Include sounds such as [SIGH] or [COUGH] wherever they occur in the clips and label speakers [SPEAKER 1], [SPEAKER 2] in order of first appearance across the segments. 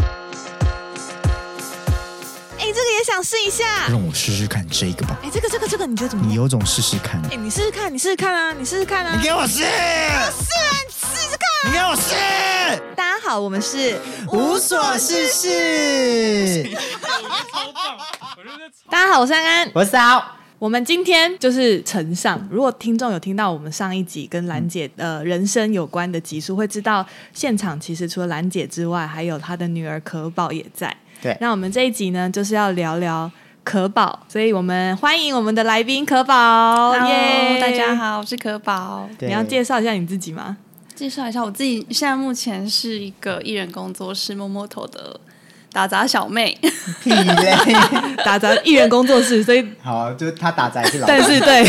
[SPEAKER 1] 哎想试一下。
[SPEAKER 2] 让我试试看这个吧。
[SPEAKER 1] 哎，这个这个这个，你觉得怎么
[SPEAKER 2] 你
[SPEAKER 1] 样？
[SPEAKER 2] 有种试试看，
[SPEAKER 1] 哎，你试试看，你试试看啊，你试试看啊
[SPEAKER 2] 你，给我试，
[SPEAKER 1] 试啊，你试试看。
[SPEAKER 2] 你给我试，
[SPEAKER 1] 大家好，我们是
[SPEAKER 2] 无所事事。
[SPEAKER 1] 大家好，我是安安。
[SPEAKER 2] 我是好，
[SPEAKER 1] 我们今天就是呈上，如果听众有听到我们上一集跟兰姐
[SPEAKER 2] 嗯
[SPEAKER 1] 呃人生有关的集数，会知道现场其实除了兰姐之外，还有她的女儿可宝也在。
[SPEAKER 2] 对
[SPEAKER 1] 那我们这一集呢，就是要聊聊可宝，所以我们欢迎我们的来宾可宝，耶
[SPEAKER 3] Hello，大家。好，我是可宝。
[SPEAKER 2] 对
[SPEAKER 1] 你要介绍一下你自己吗？
[SPEAKER 3] 介绍一下我自己，现在目前是一个艺人工作室摸摸头的打杂小妹。 [LAUGHS]
[SPEAKER 2] 屁嘞！
[SPEAKER 1] 打杂艺人工作室，所以
[SPEAKER 2] [LAUGHS] 好，就是他打杂也是老板
[SPEAKER 1] 但是对，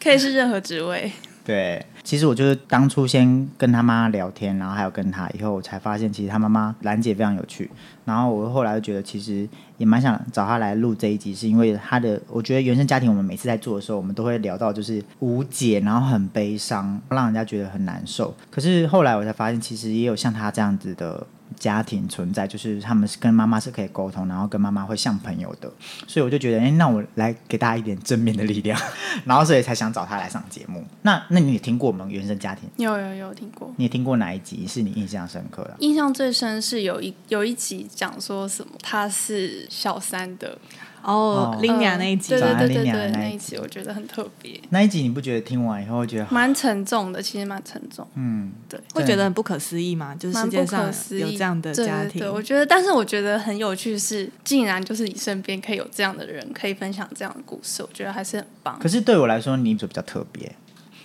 [SPEAKER 3] 可以是任何职位。
[SPEAKER 2] 对，其实我就是当初先跟他妈聊天，然后还有跟他，以后我才发现，其实他妈妈兰姐非常有趣。然后我后来就觉得，其实也蛮想找她来录这一集，是因为她的，我觉得原生家庭，我们每次在做的时候，我们都会聊到就是无解，然后很悲伤，让人家觉得很难受。可是后来我才发现，其实也有像她这样子的。家庭存在就是他们是跟妈妈是可以沟通，然后跟妈妈会像朋友的， [LAUGHS] 所以我就觉得，哎、那我来给大家一点正面的力量。 [LAUGHS] 然后所以才想找他来上节目。那那你也听过我们原生家庭？
[SPEAKER 3] 有有有听过。
[SPEAKER 2] 你也听过哪一集是你印象深刻的？
[SPEAKER 3] 印象最深是有一有一集讲说什么，他是小三的
[SPEAKER 1] [LAUGHS] 哦，林雅
[SPEAKER 3] 呃
[SPEAKER 1] 那一集
[SPEAKER 3] 对
[SPEAKER 2] 早
[SPEAKER 3] 对
[SPEAKER 2] 安
[SPEAKER 3] 对对
[SPEAKER 2] 林雅的
[SPEAKER 3] 对，
[SPEAKER 2] 那一
[SPEAKER 3] 那一
[SPEAKER 2] 集
[SPEAKER 3] 集我觉得很特别，
[SPEAKER 2] 那一集你不觉得听完以后会觉得好
[SPEAKER 3] 蛮沉重的，其实蛮沉重，
[SPEAKER 2] 嗯，
[SPEAKER 3] 对，
[SPEAKER 1] 会觉得很不可思议吗？就是世
[SPEAKER 3] 蛮
[SPEAKER 1] 界
[SPEAKER 3] 不
[SPEAKER 1] 上
[SPEAKER 3] 可思议
[SPEAKER 1] 有这样的
[SPEAKER 3] 对
[SPEAKER 1] 家
[SPEAKER 3] 对
[SPEAKER 1] 庭
[SPEAKER 3] 对，，我觉得，但是我觉得很有趣是，竟然就是你身边可以有这样的人，可以分享这样的故事，我觉得还是很棒
[SPEAKER 2] 可。是对我来说，你比较特别，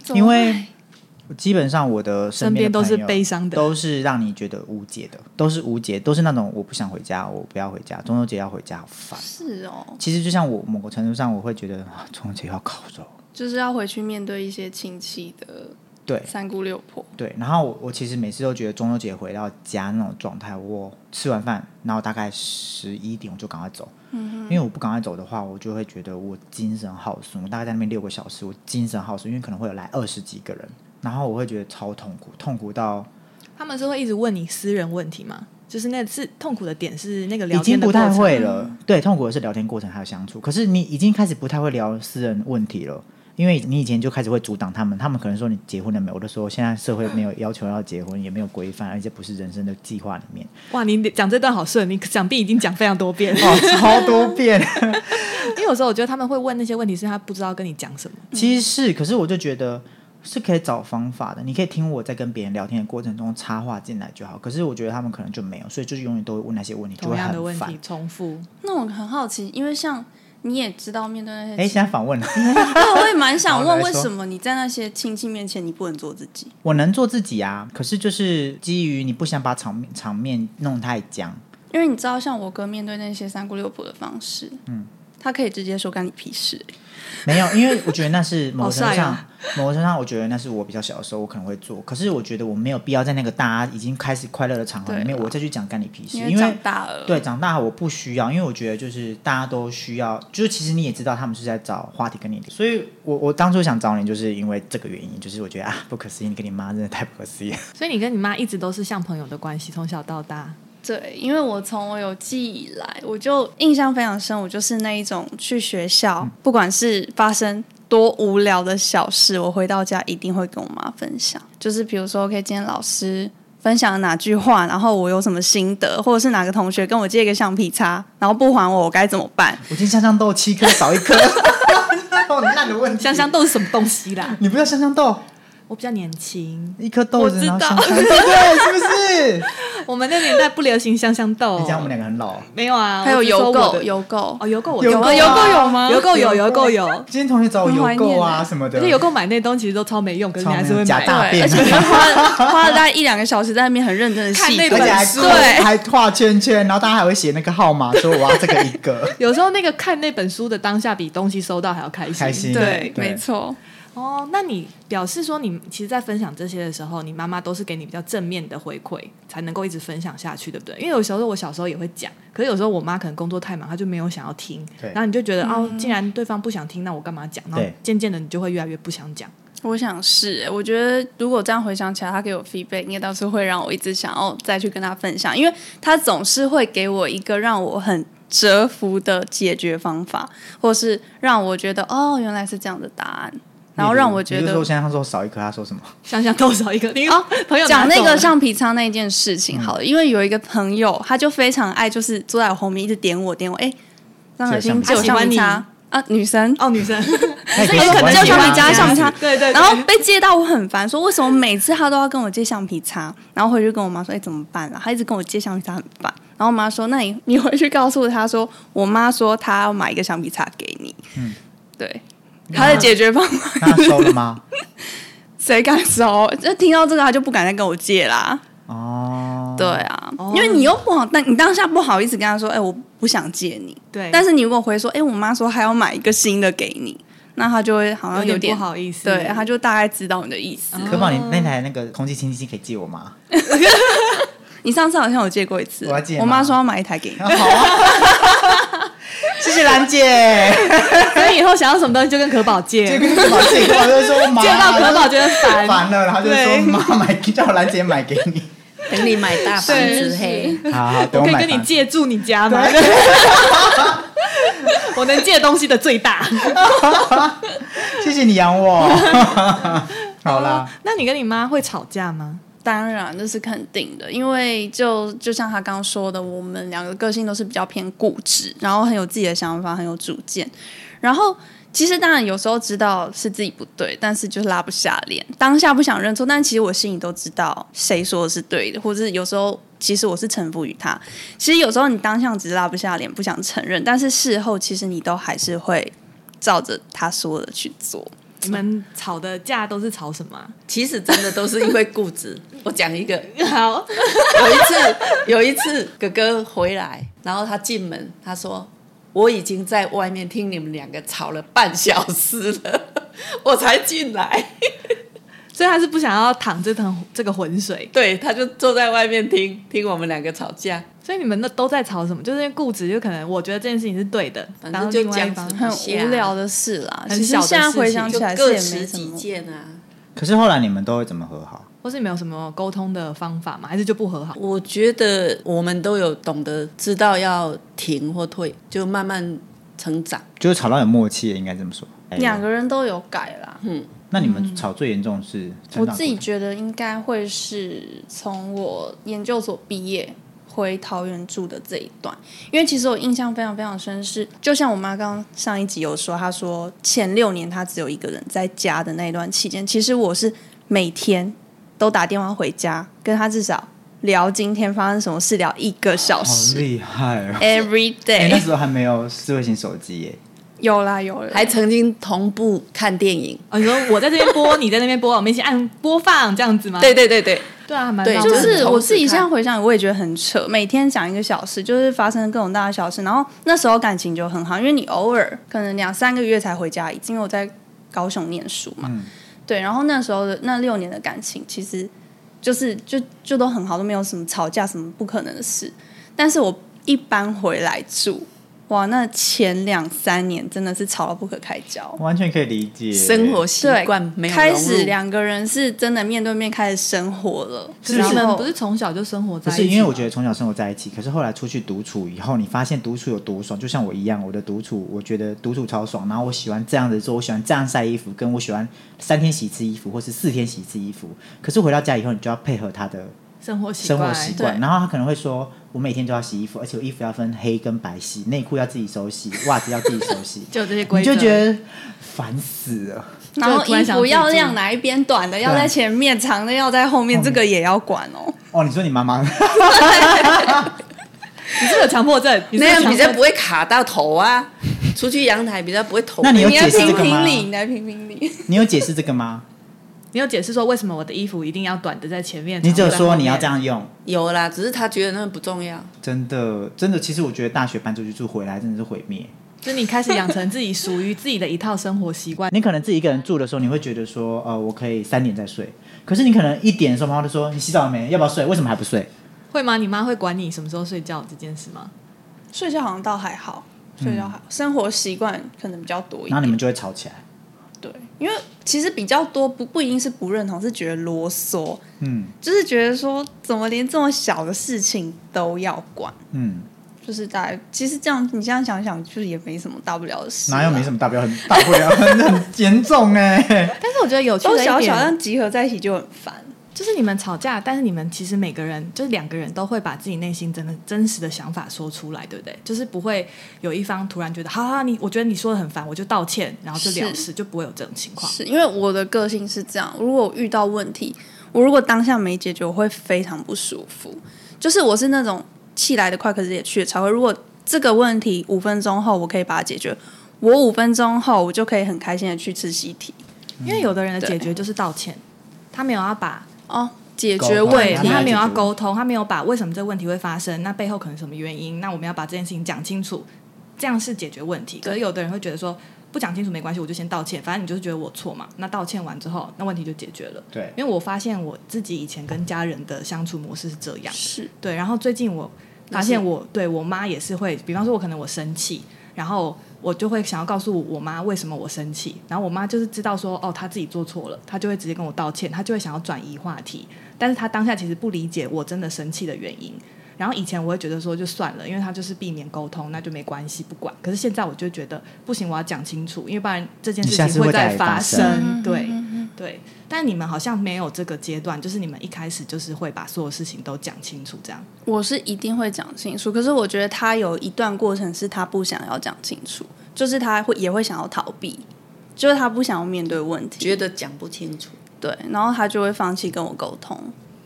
[SPEAKER 3] 怎么
[SPEAKER 2] 因为基本上我的
[SPEAKER 1] 身边
[SPEAKER 2] 边的
[SPEAKER 1] 都是
[SPEAKER 2] 朋友
[SPEAKER 1] 悲伤的，
[SPEAKER 2] 都是让你觉得无解的，都是无解，都是那种我不想回家，我不要回家，中秋节要回家，好烦。
[SPEAKER 3] 是哦，
[SPEAKER 2] 其实就像我某个程度上，我会觉得啊，中秋节要烤肉，
[SPEAKER 3] 就是要回去面对一些亲戚的
[SPEAKER 2] 对，
[SPEAKER 3] 三姑六婆，
[SPEAKER 2] 对，然后我我其实每次都觉得中秋节回到家那种状态，我吃完饭，然后大概十一点我就赶快走，嗯、因为我不赶快走的话，我就会觉得我精神耗损，我大概在那边六个小时，我精神耗损，因为可能会有来二十几个人，然后我会觉得超痛苦，痛苦到
[SPEAKER 1] 他们是会一直问你私人问题吗？就是那次痛苦的点是那个
[SPEAKER 2] 已
[SPEAKER 1] 聊
[SPEAKER 2] 经
[SPEAKER 1] 天的
[SPEAKER 2] 不
[SPEAKER 1] 过程
[SPEAKER 2] 太会了。对，痛苦的是聊天过程还有相处，可是你已经开始不太会聊私人问题了。因为你以前就开始会阻挡他们，他们可能说你结婚了没有，我就说现在社会没有要求要结婚，也没有规范，而且不是人生的计划里面。
[SPEAKER 1] 哇，你讲这段好顺，你想必已经讲非常多 [LAUGHS] 遍。
[SPEAKER 2] 哦，超多遍。 [LAUGHS]
[SPEAKER 1] 因为有时候我觉得他们会问那些问题，是他不知道跟你讲什么。
[SPEAKER 2] 其实是，可是我就觉得是可以找方法的。你可以听我在跟别人聊天的过程中插话进来就好。可是我觉得他们可能就没有，所以就是永远都会问那些问题，就
[SPEAKER 1] 同
[SPEAKER 2] 会
[SPEAKER 1] 样的问
[SPEAKER 2] 很烦
[SPEAKER 1] 题。重复，
[SPEAKER 3] 那我很好奇，因为像你也知道面对那
[SPEAKER 2] 哎，
[SPEAKER 3] 些亲，
[SPEAKER 2] 现在
[SPEAKER 1] [LAUGHS]
[SPEAKER 2] 访问了， [LAUGHS]
[SPEAKER 3] 对，我也蛮想
[SPEAKER 2] 好
[SPEAKER 3] 问，
[SPEAKER 2] 来说
[SPEAKER 3] 为什么你在那些亲戚面前你不能做自己？
[SPEAKER 2] 我能做自己啊。可是就是基于你不想把场面场面弄太僵，
[SPEAKER 3] 因为你知道，像我哥面对那些三姑六婆的方式，嗯，他可以直接说干你屁事，
[SPEAKER 2] 没有，因为我觉得那
[SPEAKER 3] [LAUGHS]
[SPEAKER 2] 是某个
[SPEAKER 3] 哦
[SPEAKER 2] 程
[SPEAKER 1] 帅
[SPEAKER 2] 度上，
[SPEAKER 1] 啊
[SPEAKER 2] 某个程度上，我觉得那是我比较小的时候，我可能会做。可是我觉得我没有必要在那个大家已经开始快乐的场合里
[SPEAKER 3] 对
[SPEAKER 2] 面，
[SPEAKER 3] 啊
[SPEAKER 2] 我再去讲干你屁事，
[SPEAKER 3] 因
[SPEAKER 2] 因为
[SPEAKER 3] 长大了，
[SPEAKER 2] 对，长大我不需要，因为我觉得就是大家都需要，就是其实你也知道他们是在找话题跟你聊，所以我我当初想找你就是因为这个原因，就是我觉得啊不可思议，你跟你妈真的太不可思议了。
[SPEAKER 1] 所以你跟你妈一直都是像朋友的关系，从小到大。
[SPEAKER 3] 对，因为我从我有记忆以来，我就印象非常深，我就是那一种去学校，
[SPEAKER 2] 嗯
[SPEAKER 3] 不管是发生多无聊的小事，我回到家一定会跟我妈分享。就是比如说，OK，今天老师分享了哪句话，然后我有什么心得，或者是哪个同学跟我借一个橡皮擦，然后不还我，我该怎么办？
[SPEAKER 2] 我今天香香豆七颗少一颗， [LAUGHS] 好烂的问
[SPEAKER 1] [LAUGHS]
[SPEAKER 2] 题。
[SPEAKER 1] 香香，豆是什么东西啦？
[SPEAKER 2] 你不要香香豆，
[SPEAKER 1] 我比较年轻，
[SPEAKER 2] 一颗豆子
[SPEAKER 1] 我知
[SPEAKER 2] 然后
[SPEAKER 1] 道
[SPEAKER 2] 香香 [LAUGHS] 豆，对，是不是？
[SPEAKER 1] 我们那年代不流行香香豆
[SPEAKER 2] 你。讲我们两个很老。
[SPEAKER 1] 没有啊，
[SPEAKER 3] 还有
[SPEAKER 1] 我只说
[SPEAKER 3] 邮
[SPEAKER 1] 我
[SPEAKER 3] 购，
[SPEAKER 1] 的
[SPEAKER 3] 邮购
[SPEAKER 1] 哦，邮购我
[SPEAKER 2] 邮
[SPEAKER 1] 知道
[SPEAKER 2] 购
[SPEAKER 3] 啊邮购有吗
[SPEAKER 1] 邮购有，邮购有。
[SPEAKER 2] 今天同学找我
[SPEAKER 3] 很怀
[SPEAKER 2] 邮购
[SPEAKER 3] 念
[SPEAKER 2] 啊
[SPEAKER 3] 欸
[SPEAKER 2] 什么的，
[SPEAKER 1] 而且邮购买那东西其实都超没用，可是你还是会
[SPEAKER 2] 超没用假
[SPEAKER 1] 买
[SPEAKER 2] 大。
[SPEAKER 3] 对，
[SPEAKER 2] 便啊
[SPEAKER 3] 而且我花了花了大概一两个小时在那边很认真的
[SPEAKER 1] 看
[SPEAKER 3] 细
[SPEAKER 1] 那
[SPEAKER 2] 而
[SPEAKER 1] 本
[SPEAKER 2] 且
[SPEAKER 3] 读
[SPEAKER 2] 还
[SPEAKER 1] 书。
[SPEAKER 2] 对，还画圈圈，然后大家还会写那个号码，说我要这个一个
[SPEAKER 1] [LAUGHS] 有时候那个看那本书的当下，比东西收到还要开心。
[SPEAKER 2] 开心
[SPEAKER 3] 对，
[SPEAKER 2] 对
[SPEAKER 3] 没错。
[SPEAKER 1] 哦，那你表示说，你其实，在分享这些的时候，你妈妈都是给你比较正面的回馈，才能够一直分享下去，对不对？因为有时候我小时候也会讲，可是有时候我妈可能工作太忙，她就没有想要听，
[SPEAKER 2] 对
[SPEAKER 1] 然后你就觉得、哦，既然对方不想听，那我干嘛讲？然后
[SPEAKER 2] 对
[SPEAKER 1] 渐渐的，你就会越来越不想讲。
[SPEAKER 3] 我想是欸、我觉得如果这样回想起来，他给我 feedback 应该倒是会让我一直想要再去跟他分享，因为他总是会给我一个让我很折服的解决方法，或是让我觉得哦，原来是这样的答案，然后让我觉
[SPEAKER 2] 你就
[SPEAKER 3] 得
[SPEAKER 2] 说现在他说少一颗，他说什么？
[SPEAKER 1] 想想多少一个，因为
[SPEAKER 3] 哦
[SPEAKER 1] [LAUGHS] 朋友拿啊
[SPEAKER 3] 讲那
[SPEAKER 1] 走了
[SPEAKER 3] 个橡皮擦那件事情好了，因为有一个朋友，他就非常爱，就是坐在我后面一直点我点我，哎，张可欣
[SPEAKER 2] 这
[SPEAKER 3] 借
[SPEAKER 2] 个
[SPEAKER 3] 我
[SPEAKER 1] 橡
[SPEAKER 3] 橡
[SPEAKER 1] 皮
[SPEAKER 3] 皮
[SPEAKER 1] 擦
[SPEAKER 3] 擦啊，女生，
[SPEAKER 1] 哦，女生，
[SPEAKER 2] 他也
[SPEAKER 3] 这个可能
[SPEAKER 2] 喜
[SPEAKER 3] 就橡皮
[SPEAKER 2] 欢你啊
[SPEAKER 3] 擦，橡皮擦，
[SPEAKER 1] 对对对
[SPEAKER 3] 然后被借到我很烦，说为什么每次他都要跟我借橡皮擦？然后回去跟我妈说，哎，怎么办啊？他一直跟我借橡皮擦，很烦。然后我妈说，那你你回去告诉他说，我妈说她要买一个橡皮擦给你。
[SPEAKER 2] 嗯
[SPEAKER 3] 对，他的解决方法
[SPEAKER 2] [LAUGHS] 那他收了吗？
[SPEAKER 3] 谁敢收？就听到这个，他就不敢再跟我借啦。
[SPEAKER 2] 哦，
[SPEAKER 3] 对啊，因为你又不好，但你当下不好意思跟他说，哎、我不想借你。
[SPEAKER 1] 对，
[SPEAKER 3] 但
[SPEAKER 1] 是
[SPEAKER 3] 是你如果回说，哎、我妈说还要买一个新的给你，那他就会好像
[SPEAKER 1] 有
[SPEAKER 3] 点
[SPEAKER 1] 点不好意思，
[SPEAKER 3] 对，他就大概知道你的意思。
[SPEAKER 2] 可宝，你那台那个空气清新机可以借我吗？
[SPEAKER 3] 你上次好像有借过一次，
[SPEAKER 2] 我要借吗
[SPEAKER 3] 妈说要买一台给你，
[SPEAKER 2] 好啊，谢谢兰姐。
[SPEAKER 1] 所以以后想要什么东西就跟可宝借，
[SPEAKER 2] 就跟可宝借，可宝就说妈，
[SPEAKER 1] 借到可宝觉得烦，
[SPEAKER 2] 烦了，然后就说
[SPEAKER 1] 对
[SPEAKER 2] 妈买，叫兰姐买给你。
[SPEAKER 4] 等你买大
[SPEAKER 3] [LAUGHS]
[SPEAKER 4] 房
[SPEAKER 1] 对
[SPEAKER 4] 子嘿，
[SPEAKER 1] [LAUGHS]
[SPEAKER 2] 好好，
[SPEAKER 1] 我
[SPEAKER 2] 等
[SPEAKER 1] 可以
[SPEAKER 2] 买
[SPEAKER 1] 跟你
[SPEAKER 2] 房。
[SPEAKER 1] 借住你家吗？ [LAUGHS] 我能借东西的最大。
[SPEAKER 2] 谢谢你
[SPEAKER 1] [LAUGHS]
[SPEAKER 2] 养我。好啦，
[SPEAKER 1] 那你跟你妈会吵架吗？
[SPEAKER 3] 当然这是肯定的，因为就就像他刚刚说的，我们两个个性都是比较偏固执，然后很有自己的想法，很有主见。然后其实当然有时候知道是自己不对，但是就是拉不下脸，当下不想认错，但其实我心里都知道谁说的是对的，或者是有时候其实我是臣服于他。其实有时候你当下只是拉不下脸，不想承认，但是事后其实你都还是会照着他说的去做。
[SPEAKER 1] 你们吵的架都是吵什么啊？
[SPEAKER 4] 其实真的都是因为固
[SPEAKER 3] [LAUGHS]
[SPEAKER 4] 执。我讲一个，
[SPEAKER 1] 好，
[SPEAKER 4] 有一次，有一次哥哥回来，然后他进门，他说：“我已经在外面听你们两个吵了半小时了， [LAUGHS] 我才进来。
[SPEAKER 1] 所以他是不想要淌这趟这个浑水”，
[SPEAKER 4] 对，他就坐在外面听听我们两个吵架，
[SPEAKER 1] 所以你们那都在吵什么？就是因为固执，就可能我觉得这件事情是对的，
[SPEAKER 4] 反
[SPEAKER 1] 然后
[SPEAKER 4] 正
[SPEAKER 1] 另
[SPEAKER 4] 就
[SPEAKER 1] 外一
[SPEAKER 4] 讲
[SPEAKER 1] 方
[SPEAKER 4] 什
[SPEAKER 3] 很
[SPEAKER 4] 么
[SPEAKER 3] 无聊的事啦，
[SPEAKER 1] 很
[SPEAKER 3] 其实
[SPEAKER 1] 小的
[SPEAKER 3] 现在
[SPEAKER 1] 事
[SPEAKER 3] 回
[SPEAKER 1] 情
[SPEAKER 3] 想
[SPEAKER 4] 就
[SPEAKER 3] 起来是
[SPEAKER 4] 各
[SPEAKER 3] 也
[SPEAKER 4] 持
[SPEAKER 3] 没什
[SPEAKER 4] 己
[SPEAKER 3] 么。
[SPEAKER 4] 见啊。
[SPEAKER 2] 可是后来你们都会怎么和好？
[SPEAKER 1] 或是你们有什么沟通的方法吗？还是就不和好？
[SPEAKER 4] 我觉得我们都有懂得知道要停或退，就慢慢成长。
[SPEAKER 2] 就是吵到有默契了，应该这么说。哎
[SPEAKER 3] 两个人都有改啦。
[SPEAKER 2] 那你们吵最严嗯重的是成
[SPEAKER 3] 我
[SPEAKER 2] 长
[SPEAKER 3] 自己
[SPEAKER 2] 过程
[SPEAKER 3] 觉得应该会是从我研究所毕业回桃园住的这一段，因为其实我印象非常非常深是，就像我妈刚刚上一集有说，她说前六年她只有一个人在家的那一段期间，其实我是每天都打电话回家，跟她至少聊今天发生什么事，聊一个小
[SPEAKER 2] 好
[SPEAKER 3] 时
[SPEAKER 2] 哦厉害哦。
[SPEAKER 3] ，every
[SPEAKER 2] 哎，那
[SPEAKER 3] day。
[SPEAKER 2] 时候还没有智慧型手机耶，
[SPEAKER 3] 有啦有啦，
[SPEAKER 4] 还曾经同步看电影，
[SPEAKER 1] 哦，你说我在这边播，你在那边播，我们一起按播放这样子吗？
[SPEAKER 4] 对对对对，
[SPEAKER 1] 对啊，还蛮
[SPEAKER 4] 对
[SPEAKER 1] 浪漫
[SPEAKER 3] 就
[SPEAKER 1] 的
[SPEAKER 3] 是我自己
[SPEAKER 4] 同时
[SPEAKER 3] 现
[SPEAKER 4] 看
[SPEAKER 3] 在回想，我也觉得很扯。每天讲一个小事，就是发生各种大的小事，然后那时候感情就很好，因为你偶尔可能两三个月才回家一次，因为我在高雄念书嘛。
[SPEAKER 2] 嗯
[SPEAKER 3] 对，然后那时候的那六年的感情，其实就是就就都很好，都没有什么吵架，什么不可能的事。但是我一搬回来住，哇，那前两三年真的是吵到不可开交。
[SPEAKER 2] 完全可以理解。
[SPEAKER 4] 生活习
[SPEAKER 3] 对
[SPEAKER 4] 惯没，有
[SPEAKER 3] 开
[SPEAKER 4] 融入
[SPEAKER 3] 始两个人是真的面对面开始生活了，
[SPEAKER 1] 是你
[SPEAKER 3] 然
[SPEAKER 1] 们
[SPEAKER 3] 后
[SPEAKER 1] 不是从小就生活
[SPEAKER 2] 不
[SPEAKER 1] 在一起
[SPEAKER 2] 是
[SPEAKER 1] 吗？
[SPEAKER 2] 因为我觉得从小生活在一起，可是后来出去独处以后，你发现独处有多爽，就像我一样，我的独处，我觉得独处超爽。然后我喜欢这样子做，我喜欢这样晒衣服，跟我喜欢三天洗一次衣服，或是四天洗一次衣服。可是回到家以后，你就要配合他的
[SPEAKER 1] 生活习
[SPEAKER 2] 生活习惯，
[SPEAKER 3] 对
[SPEAKER 2] 然后他可能会说，我每天都要洗衣服，而且我衣服要分黑跟白洗，内裤要自己手洗，袜子要自己手洗
[SPEAKER 1] [LAUGHS] ，就有这些规
[SPEAKER 2] 你
[SPEAKER 1] 则，
[SPEAKER 2] 就觉得烦死了。
[SPEAKER 3] 然后
[SPEAKER 1] 就突然
[SPEAKER 3] 衣
[SPEAKER 1] 想
[SPEAKER 3] 服
[SPEAKER 1] 自己
[SPEAKER 3] 要
[SPEAKER 1] 做
[SPEAKER 3] 晾哪一边，短的要
[SPEAKER 2] 对啊嗯
[SPEAKER 3] 在前面，长的要在后面，这个也要管哦。
[SPEAKER 2] 哦，你说你妈妈 [LAUGHS]
[SPEAKER 1] 你是不是有强迫症，你是
[SPEAKER 4] 那
[SPEAKER 1] 不是有
[SPEAKER 4] 样比较
[SPEAKER 1] 强迫
[SPEAKER 4] 不会卡到
[SPEAKER 2] [LAUGHS]
[SPEAKER 4] 头啊，出去阳台比较不会头。
[SPEAKER 2] 那你有
[SPEAKER 3] 你要
[SPEAKER 2] 解
[SPEAKER 3] 评
[SPEAKER 2] 释这个
[SPEAKER 3] 评
[SPEAKER 2] 吗？
[SPEAKER 3] 理，你来评评理。 [LAUGHS]
[SPEAKER 2] 你有解释这个
[SPEAKER 1] [LAUGHS]
[SPEAKER 2] 吗？
[SPEAKER 1] 你有解释说为什么我的衣服一定要短的在前面？
[SPEAKER 2] 你只
[SPEAKER 1] 长
[SPEAKER 2] 有
[SPEAKER 1] 的在后
[SPEAKER 2] 说
[SPEAKER 1] 面
[SPEAKER 2] 你要这，样用。
[SPEAKER 4] 有啦，只是他觉得那不重要。
[SPEAKER 2] 真的，真的，其实我觉得大学搬出去住回来真的是毁灭。
[SPEAKER 1] 就是你开始养成自己属于自己的一套生活习惯。
[SPEAKER 2] [LAUGHS] 你可能自己一个人住的时候，你会觉得说，呃，我可以三点再睡。可是你可能一点的时候，妈妈就说你洗澡了没？要不要睡？为什么还不睡？
[SPEAKER 1] 会吗？你妈会管你什么时候睡觉这件事吗？
[SPEAKER 3] 睡觉好像倒还好，睡
[SPEAKER 2] 嗯
[SPEAKER 3] 觉还好，生活习惯可能比较多一
[SPEAKER 2] 然后你
[SPEAKER 3] 点。
[SPEAKER 2] 们就会吵起来。
[SPEAKER 3] 对，因为其实比较多不不一定是不认同，是觉得啰嗦，
[SPEAKER 2] 嗯
[SPEAKER 3] 就是觉得说怎么连这么小的事情都要管，
[SPEAKER 2] 嗯，
[SPEAKER 3] 就是大概，其实这样你现在想想，就是也没什么大不了的事，
[SPEAKER 2] 哪有没什么大不了，很大不了，很很严重哎、
[SPEAKER 1] 但是我觉得有趣
[SPEAKER 3] 都
[SPEAKER 1] 的一
[SPEAKER 3] 小
[SPEAKER 1] 点，
[SPEAKER 3] 小，但集合在一起就很烦。
[SPEAKER 1] 就是你们吵架，但是你们其实每个人就是两个人都会把自己内心真的真实的想法说出来，对不对？就是不会有一方突然觉得，好好，好你我觉得你说的很烦，我就道歉，然后就了事，就不会有这种情况。
[SPEAKER 3] 是因为我的个性是这样，如果我遇到问题，我如果当下没解决，我会非常不舒服。就是我是那种气来得快，可是也去得才会。如果这个问题五分钟后我可以把它解决，我五分钟后我就可以很开心的去吃西提
[SPEAKER 1] 因为有的人的
[SPEAKER 3] 对
[SPEAKER 1] 解决就是道歉，他没有要把
[SPEAKER 3] 哦，解
[SPEAKER 2] 沟
[SPEAKER 3] 决
[SPEAKER 2] 通
[SPEAKER 3] 问
[SPEAKER 1] 对
[SPEAKER 2] 他
[SPEAKER 3] 题
[SPEAKER 2] 没有
[SPEAKER 1] 他没有
[SPEAKER 2] 解
[SPEAKER 1] 要
[SPEAKER 2] 决
[SPEAKER 1] 沟通，他没有把为什么这个问题会发生，那背后可能什么原因，那我们要把这件事情讲清楚，这样是解决问题。可是有的人会觉得说，不讲清楚没关系，我就先道歉，反正你就是觉得我错嘛。那道歉完之后，那问题就解决了。
[SPEAKER 2] 对，
[SPEAKER 1] 因为我发现我自己以前跟家人的相处模式是这样，
[SPEAKER 3] 是
[SPEAKER 1] 对，然后最近我发现我对我妈也是会，比方说我可能我生气，然后我就会想要告诉我妈为什么我生气，然后我妈就是知道说哦她自己做错了，她就会直接跟我道歉，她就会想要转移话题，但是她当下其实不理解我真的生气的原因。然后以前我会觉得说就算了，因为她就是避免沟通，那就没关系，不管。可是现在我就觉得不行，我要讲清楚，因为不然这件
[SPEAKER 2] 你
[SPEAKER 1] 事
[SPEAKER 2] 下次
[SPEAKER 1] 情
[SPEAKER 2] 会
[SPEAKER 1] 再
[SPEAKER 2] 再发
[SPEAKER 1] 生。
[SPEAKER 3] 生
[SPEAKER 1] 对，对。但你们好像没有这个阶段，就是你们一开始就是会把所有事情都讲清楚，这样。
[SPEAKER 3] 我是一定会讲清楚，可是我觉得他有一段过程是他不想要讲清楚，就是他会也会想要逃避，就是他不想要面对问题，
[SPEAKER 4] 觉得讲不清楚。
[SPEAKER 3] 对，然后他就会放弃跟我沟通。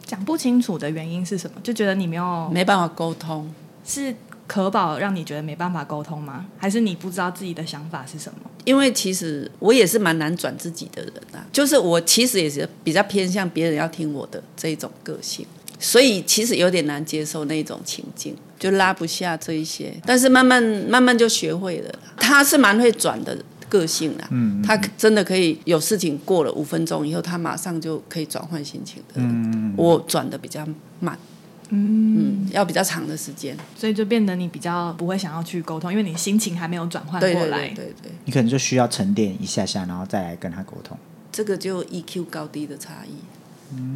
[SPEAKER 1] 讲不清楚的原因是什么？就觉得你没
[SPEAKER 2] 哦
[SPEAKER 1] 有
[SPEAKER 4] 没办法沟通，
[SPEAKER 1] 是可保让你觉得没办法沟通吗？还是你不知道自己的想法是什么？
[SPEAKER 4] 因为其实我也是蛮难转自己的人啊，就是我其实也是比较偏向别人要听我的这一种个性，所以其实有点难接受那一种情境，就拉不下这一些。但是慢慢慢慢就学会了啦，他是蛮会转的个性啦，嗯，他真的可以有事情过了五分钟以后，他马上就可以转换心情的人。我转的比较慢，嗯，要比较长的时间。
[SPEAKER 1] 所以就变得你比较不会想要去沟通，因为你心情还没有转换过
[SPEAKER 4] 对
[SPEAKER 1] 来。
[SPEAKER 4] 对对对对，
[SPEAKER 2] 你可能就需要沉淀一下下，然后再来跟他沟通。
[SPEAKER 4] 这个就 EQ 高低的差异。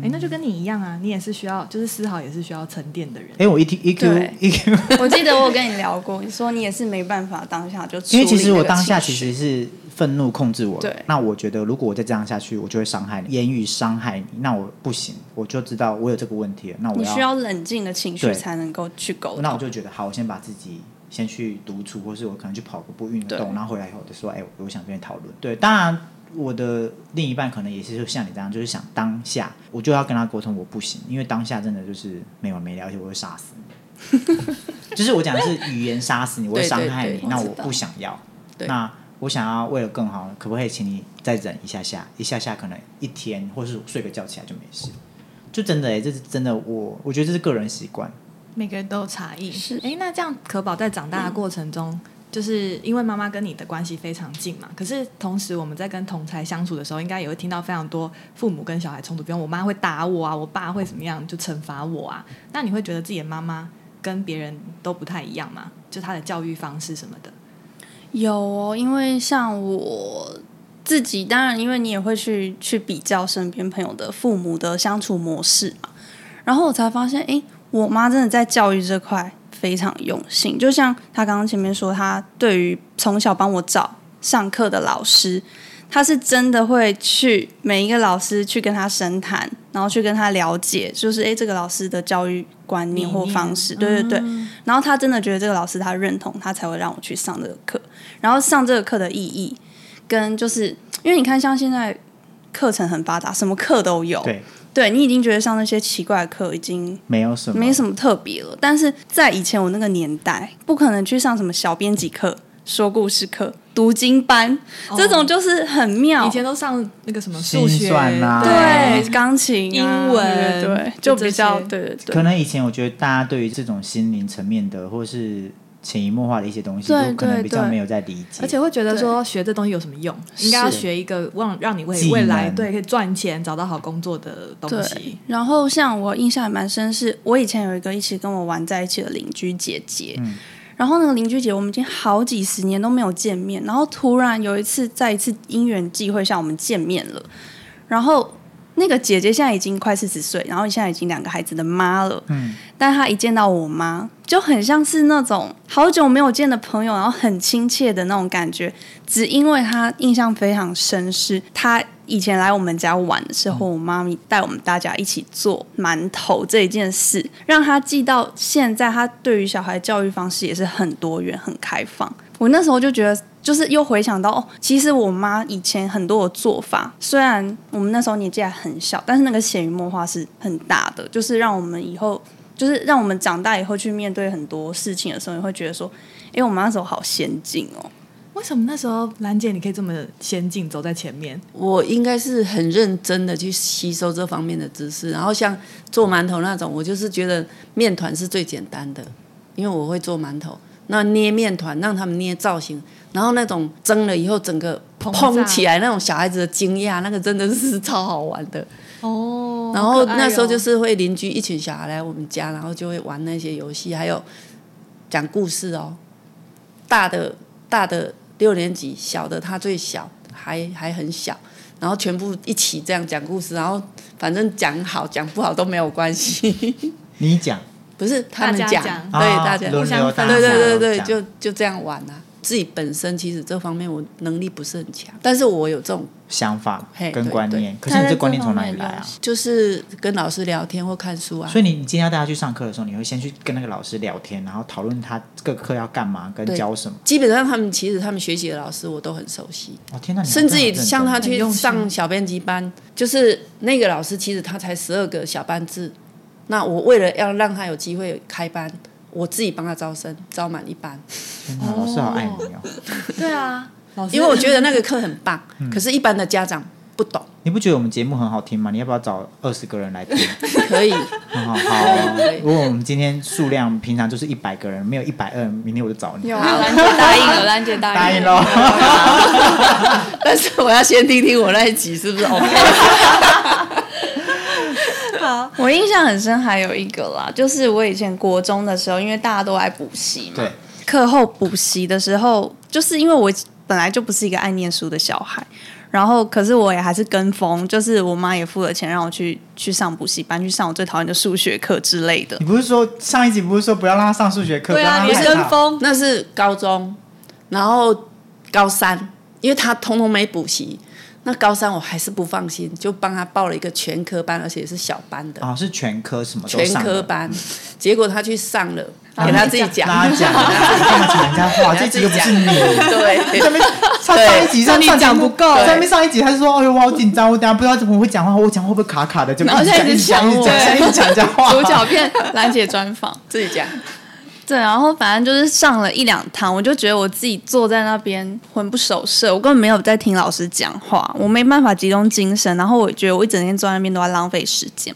[SPEAKER 1] 哎，那就跟你一样啊，你也是需要，就是丝毫也是需要沉淀的人。
[SPEAKER 2] 哎、我 E T E Q
[SPEAKER 3] 对 [LAUGHS]
[SPEAKER 2] E Q，
[SPEAKER 3] 我记得我有跟你聊过，你说你也是没办法当下就处
[SPEAKER 2] 因
[SPEAKER 3] 理
[SPEAKER 2] 为其实我
[SPEAKER 3] 那个
[SPEAKER 2] 当下
[SPEAKER 3] 情
[SPEAKER 2] 其
[SPEAKER 3] 绪
[SPEAKER 2] 实是愤怒控制我了。
[SPEAKER 3] 对
[SPEAKER 2] 那我觉得如果我再这样下去，我就会伤害你，言语伤害你，那我不行，我就知道我有这个问题了。那我
[SPEAKER 3] 你需要冷静的情绪
[SPEAKER 2] 对
[SPEAKER 3] 才能够去沟
[SPEAKER 2] 那我
[SPEAKER 3] 通。
[SPEAKER 2] 就觉得好，我先把自己先去独处，或是我可能去跑个步运个动，
[SPEAKER 3] 对
[SPEAKER 2] 然后回来以后我就说，哎、我我想跟你讨论。对，当然我的另一半可能也是像你这样，就是想当下我就要跟他沟通，我不行，因为当下真的就是没完没了，而且我会杀死你。 [LAUGHS] 就是我讲的是语言杀死你，我会
[SPEAKER 4] 对对
[SPEAKER 2] 伤害你
[SPEAKER 4] 对，
[SPEAKER 2] 那
[SPEAKER 3] 我知
[SPEAKER 2] 我
[SPEAKER 3] 道
[SPEAKER 2] 不想要。
[SPEAKER 4] 对
[SPEAKER 2] 那我想要为了更好，可不可以请你再忍一下下，一下下可能一天，或是睡个觉起来就没事。就真的哎、这是真的我我觉得这是个人习惯。
[SPEAKER 1] 每个人都有差异。
[SPEAKER 3] 是嗯
[SPEAKER 1] 哎，那这样可宝在长大的过程中，就是因为妈妈跟你的关系非常近嘛，可是同时我们在跟同才相处的时候，应该也会听到非常多父母跟小孩冲突，比如我妈会打我啊，我爸会怎么样就惩罚我啊。那你会觉得自己的妈妈跟别人都不太一样吗？就她的教育方式什么的，
[SPEAKER 3] 有哦，因为像我自己，当然因为你也会去去比较身边朋友的父母的相处模式嘛，然后我才发现，诶，我妈真的在教育这块非常用心。就像她刚刚前面说，她对于从小帮我找上课的老师，她是真的会去每一个老师去跟她深谈，然后去跟她了解，就是诶，这个老师的教育观念或方式，
[SPEAKER 1] 理念
[SPEAKER 3] 对对对。然后她真的觉得这个老师她认同，她才会让我去上这个课。然后上这个课的意义，跟就是因为你看，像现在课程很发达，什么课都有，
[SPEAKER 2] 对，
[SPEAKER 3] 对你已经觉得上那些奇怪的课已经
[SPEAKER 2] 没有什么，
[SPEAKER 3] 没什么特别了。但是在以前我那个年代，不可能去上什么小编辑课、说故事课、读经班，这种就是很妙。
[SPEAKER 1] 哦以前都上那个什么
[SPEAKER 2] 心
[SPEAKER 1] 数学
[SPEAKER 2] 算啊
[SPEAKER 3] 对钢琴啊、
[SPEAKER 1] 英文
[SPEAKER 3] 对对，
[SPEAKER 1] 就
[SPEAKER 3] 就
[SPEAKER 1] 这
[SPEAKER 3] 比较
[SPEAKER 1] 些
[SPEAKER 3] 对对
[SPEAKER 2] 可
[SPEAKER 3] 对。
[SPEAKER 2] 能以前我觉得大家对于这种心灵层面的，或是潜移默化的一些东西，
[SPEAKER 3] 对
[SPEAKER 2] 都可能
[SPEAKER 3] 对
[SPEAKER 2] 比较
[SPEAKER 3] 对
[SPEAKER 2] 没有在理解。
[SPEAKER 1] 而且会觉得说学这东西有什么用？应该要
[SPEAKER 3] 是
[SPEAKER 1] 学一个让让你为
[SPEAKER 2] 技
[SPEAKER 1] 未来
[SPEAKER 2] 能
[SPEAKER 1] 对可以赚钱、找到好工作的东西
[SPEAKER 3] 对。，然后像我印象也蛮深是，我以前有一个一起跟我玩在一起的邻居姐姐，
[SPEAKER 1] 嗯
[SPEAKER 3] 然后那个邻居姐，我们已经好几十年都没有见面，然后突然有一次在一次因缘际会下我们见面了，然后那个姐姐现在已经快四十岁，然后现在已经两个孩子的妈了。嗯，但她一见到我妈，就很像是那种好久没有见的朋友，然后很亲切的那种感觉。只因为她印象非常深，是她以前来我们家玩的时候，我妈咪带我们大家一起做馒头这一件事，让她记到现在。她对于小孩教育方式也是很多元、很开放。我那时候就觉得，就是又回想到哦，其实我妈以前很多的做法，虽然我们那时候年纪还很小，但是那个潜移默化是很大的，就是让我们以后，就是让我们长大以后去面对很多事情的时候，你会觉得说，哎，我妈那时候好先进哦。
[SPEAKER 1] 为什么那时候兰姐你可以这么先进，走在前面？
[SPEAKER 4] 我应该是很认真的去吸收这方面的知识，然后像做馒头那种，我就是觉得面团是最简单的，因为我会做馒头。那捏面团，让他们捏造型，然后那种蒸了以后，整个
[SPEAKER 1] 膨
[SPEAKER 4] 蓬
[SPEAKER 1] 胀
[SPEAKER 4] 起来，那种小孩子的惊讶，那个真的是超好玩的。
[SPEAKER 1] 哦
[SPEAKER 4] 然后那时候就是会邻居一群小孩来我们家，然后就会玩那些游戏，还有讲故事哦。大的大的六年级，小的他最小，还还很小，然后全部一起这样讲故事，然后反正讲好讲不好都没有关系， [LAUGHS]
[SPEAKER 2] 你讲，
[SPEAKER 4] 不是他们
[SPEAKER 1] 大家
[SPEAKER 4] 讲，
[SPEAKER 1] 讲
[SPEAKER 4] 对
[SPEAKER 2] 啊
[SPEAKER 4] 大家
[SPEAKER 2] 轮流大家
[SPEAKER 4] 对对对对，
[SPEAKER 2] 讲
[SPEAKER 4] 就就这样玩啊。自己本身其实这方面我能力不是很强，但是我有这种
[SPEAKER 2] 想法
[SPEAKER 4] 嘿
[SPEAKER 2] 跟
[SPEAKER 4] 对
[SPEAKER 2] 观
[SPEAKER 4] 对
[SPEAKER 2] 念，可是你这观念从哪里来
[SPEAKER 3] 她在这方面
[SPEAKER 2] 啊
[SPEAKER 3] 有？
[SPEAKER 4] 就是跟老师聊天或看书啊。
[SPEAKER 2] 所以你你今天要带他去上课的时候，你会先去跟那个老师聊天，然后讨论他各课要干嘛跟
[SPEAKER 4] 对
[SPEAKER 2] 教什么。
[SPEAKER 4] 基本上他们其实他们学习的老师我都很熟悉，
[SPEAKER 2] 哦天哪，你
[SPEAKER 4] 甚至
[SPEAKER 2] 也
[SPEAKER 4] 于像他
[SPEAKER 1] 很
[SPEAKER 4] 去
[SPEAKER 1] 用心
[SPEAKER 4] 上小编辑班，就是那个老师其实他才十二个小班制，那我为了要让他有机会开班，我自己帮他招生，招满一班，
[SPEAKER 2] 天哪，老师好爱你哦！
[SPEAKER 1] 对啊，老师，
[SPEAKER 4] 因为我觉得那个课很棒，可是一般的家长不懂，
[SPEAKER 2] 你不觉得我们节目很好听吗？你要不要找二十个人来听？
[SPEAKER 4] 可以，
[SPEAKER 2] 很好，好哦。如果我们今天数量平常就是一百个人，没有一百二，明天我就找你。
[SPEAKER 3] 有兰姐答应了，兰姐答
[SPEAKER 2] 答应喽。
[SPEAKER 4] 但是我要 [LAUGHS] 先听听我那一集是不是 OK，
[SPEAKER 3] 我印象很深，还有一个啦，就是我以前国中的时候，因为大家都爱补习嘛，
[SPEAKER 2] 对，
[SPEAKER 3] 课后补习的时候，就是因为我本来就不是一个爱念书的小孩，然后可是我也还是跟风，就是我妈也付了钱让我去去上补习班，去上我最讨厌的数学课之类的
[SPEAKER 2] 你。不是说上一集不是说不要让他上数学课？
[SPEAKER 3] 对啊，
[SPEAKER 2] 不
[SPEAKER 3] 你
[SPEAKER 2] 要让他
[SPEAKER 3] 跟
[SPEAKER 2] 上
[SPEAKER 3] 风，
[SPEAKER 4] 那是高中，然后高三，因为他通通没补习。那高三我还是不放心，就帮他报了一个全科班，而且是小班的。
[SPEAKER 2] 哦，是全科什么都
[SPEAKER 4] 全
[SPEAKER 2] 上的
[SPEAKER 4] 科班，结果他去上了，
[SPEAKER 2] 让
[SPEAKER 4] 给他自己讲，
[SPEAKER 2] 啊让他讲，干
[SPEAKER 4] [LAUGHS]
[SPEAKER 2] 嘛讲人家话？这集又不是你。
[SPEAKER 4] 对，
[SPEAKER 2] 上面上上一集上
[SPEAKER 1] 你
[SPEAKER 2] 上
[SPEAKER 1] 讲
[SPEAKER 2] 节目
[SPEAKER 1] 不够
[SPEAKER 2] 上面上一集他就说：“哎呦，我好紧张，我等下不知道怎么会讲话，我讲话会不会卡卡的？”就
[SPEAKER 3] 然后现在
[SPEAKER 2] 一直讲，
[SPEAKER 3] 一
[SPEAKER 2] 一
[SPEAKER 3] 直
[SPEAKER 2] 直
[SPEAKER 3] 讲
[SPEAKER 2] 讲，一直讲一直讲人家话。
[SPEAKER 3] 主角片兰姐专访。
[SPEAKER 4] [LAUGHS] 自己讲，
[SPEAKER 3] 对，然后反正就是上了一两堂，我就觉得我自己坐在那边魂不守舍，我根本没有在听老师讲话，我没办法集中精神。然后我觉得我一整天坐在那边都在浪费时间。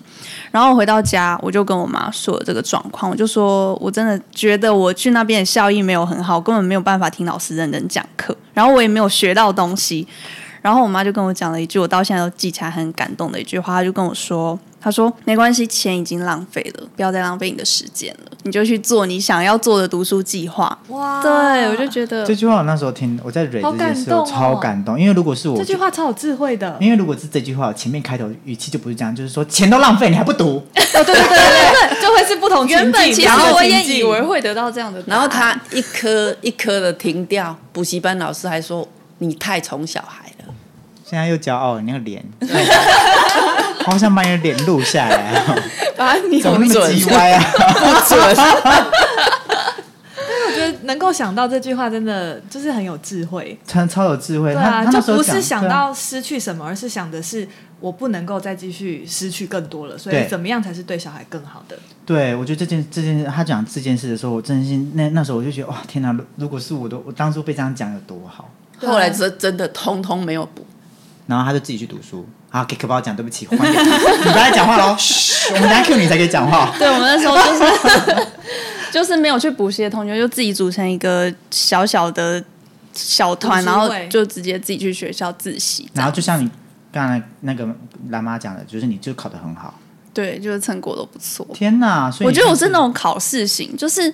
[SPEAKER 3] 然后我回到家，我就跟我妈说了这个状况，我就说我真的觉得我去那边的效益没有很好，根本没有办法听老师认真讲课，然后我也没有学到东西。然后我妈就跟我讲了一句，我到现在都记起来很感动的一句话，她就跟我说：“她说没关系，钱已经浪费了，不要再浪费你的时间了，你就去做你想要做的读书计划。”
[SPEAKER 1] 哇
[SPEAKER 3] 对，我就觉得
[SPEAKER 2] 这句话我那时候听，我在蕊这件
[SPEAKER 1] 好感
[SPEAKER 2] 事，
[SPEAKER 1] 动
[SPEAKER 2] 我
[SPEAKER 1] 哦
[SPEAKER 2] 超感动，因为如果是我
[SPEAKER 1] 这，句话超有智慧的。
[SPEAKER 2] 因为如果是这句话，前面开头语气就不是这样，就是说钱都浪费，你还
[SPEAKER 1] [LAUGHS]
[SPEAKER 2] 不读，
[SPEAKER 1] 哦，对对对对对，就会是不同情境
[SPEAKER 3] 原本其实
[SPEAKER 1] 然后
[SPEAKER 3] 我也
[SPEAKER 1] 情境
[SPEAKER 3] 以为会得到这样的答
[SPEAKER 4] 然
[SPEAKER 3] 案，
[SPEAKER 4] 后他一科一科的停掉，补习班老师还说你太宠小孩了，
[SPEAKER 2] 现在又骄傲，你那个脸，好想把你的脸录下来
[SPEAKER 1] [LAUGHS]
[SPEAKER 2] 啊，
[SPEAKER 3] 把你
[SPEAKER 2] 怎么那么鸡歪啊？
[SPEAKER 1] 我觉得能够想到这句话，真的就是很有智慧。
[SPEAKER 2] [LAUGHS] 超超有智慧，
[SPEAKER 1] 对
[SPEAKER 2] 他
[SPEAKER 1] 啊，
[SPEAKER 2] 他那
[SPEAKER 1] 就
[SPEAKER 2] 时候
[SPEAKER 1] 不是
[SPEAKER 2] 讲
[SPEAKER 1] 想
[SPEAKER 2] 对啊
[SPEAKER 1] 到失去什么，而是想的是我不能够再继续失去更多了，所以
[SPEAKER 2] 对
[SPEAKER 1] 怎么样才是对小孩更好的？
[SPEAKER 2] 对，我觉得这件这件事，他讲这件事的时候，我真心那那时候我就觉得哇，天哪！如如果是我的，我当初被这样讲有多好。
[SPEAKER 4] 后来真真的通通没有补，
[SPEAKER 2] 然后他就自己去读书。好，给可宝讲，对不起， [LAUGHS] 换给你，你不要再讲话喽。嘘，我们等下 Q 你才可以讲话。
[SPEAKER 3] 对，我们那时候就是 [LAUGHS] 就是没有去补习的同学，就自己组成一个小小的小团，
[SPEAKER 1] 读
[SPEAKER 3] 然
[SPEAKER 1] 书会
[SPEAKER 3] 后就直接自己去学校自习。
[SPEAKER 2] 然后就像你刚才那个蓝妈讲的，就是你就考得很好。
[SPEAKER 3] 对，就是成果都不错。
[SPEAKER 2] 天哪！所以
[SPEAKER 3] 我
[SPEAKER 2] 你
[SPEAKER 3] 觉得我是
[SPEAKER 2] 真
[SPEAKER 3] 那种考试型，就是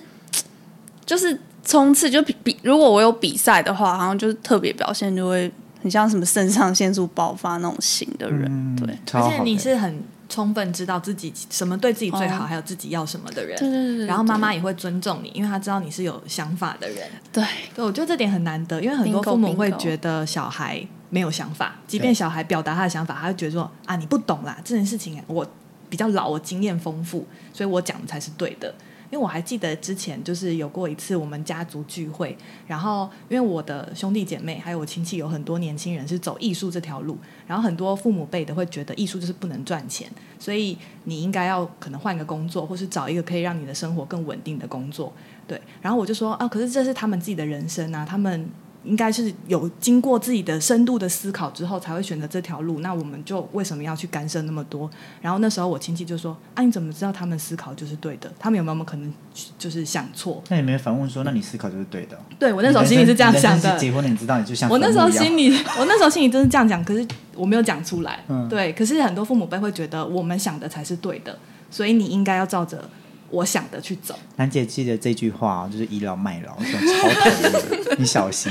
[SPEAKER 3] 就是冲刺，就比比如果我有比赛的话，好像就是特别表现就会很像什么肾上腺素爆发那种型的人，
[SPEAKER 2] 嗯
[SPEAKER 3] 对，
[SPEAKER 2] 超
[SPEAKER 1] 而
[SPEAKER 2] 好
[SPEAKER 1] 且
[SPEAKER 2] 的
[SPEAKER 1] 你是很充分知道自己什么对自己最好，
[SPEAKER 3] 哦
[SPEAKER 1] 还有自己要什么的人。
[SPEAKER 3] 对对对对
[SPEAKER 1] 然后妈妈也会尊重你，因为她知道你是有想法的人。
[SPEAKER 3] 对，
[SPEAKER 1] 对，我觉得这点很难得，因为很多
[SPEAKER 3] Bingo，
[SPEAKER 1] 父母会
[SPEAKER 3] bingo
[SPEAKER 1] 觉得小孩没有想法，即便
[SPEAKER 2] 对
[SPEAKER 1] 小孩表达他的想法，他会觉得说啊，你不懂啦，这件事情我比较老，我经验丰富，所以我讲的才是对的。因为我还记得之前就是有过一次我们家族聚会，然后因为我的兄弟姐妹还有我亲戚有很多年轻人是走艺术这条路，然后很多父母辈的会觉得艺术就是不能赚钱，所以你应该要可能换个工作，或是找一个可以让你的生活更稳定的工作。对，然后我就说啊，可是这是他们自己的人生啊，他们应该是有经过自己的深度的思考之后才会选择这条路。那我们就为什么要去干涉那么多？然后那时候我亲戚就说啊，你怎么知道他们思考就是对的？他们有没有可能就是想错？
[SPEAKER 2] 那你没有反问说，那你思考就是对的哦？
[SPEAKER 1] 对我那时候心里是这样想
[SPEAKER 2] 你人
[SPEAKER 1] 的
[SPEAKER 2] 生是。结婚了，你知道你就像
[SPEAKER 1] 我那时候心
[SPEAKER 2] 里
[SPEAKER 1] 里， [LAUGHS] 我那时候心里真是这样讲，可是我没有讲出来。
[SPEAKER 2] 嗯
[SPEAKER 1] 对，可是很多父母辈会觉得我们想的才是对的，所以你应该要照着我想的去走。
[SPEAKER 2] 兰姐记得这句话哦，就是倚老卖老，这种超讨厌的，你
[SPEAKER 1] [LAUGHS]
[SPEAKER 2] 小心。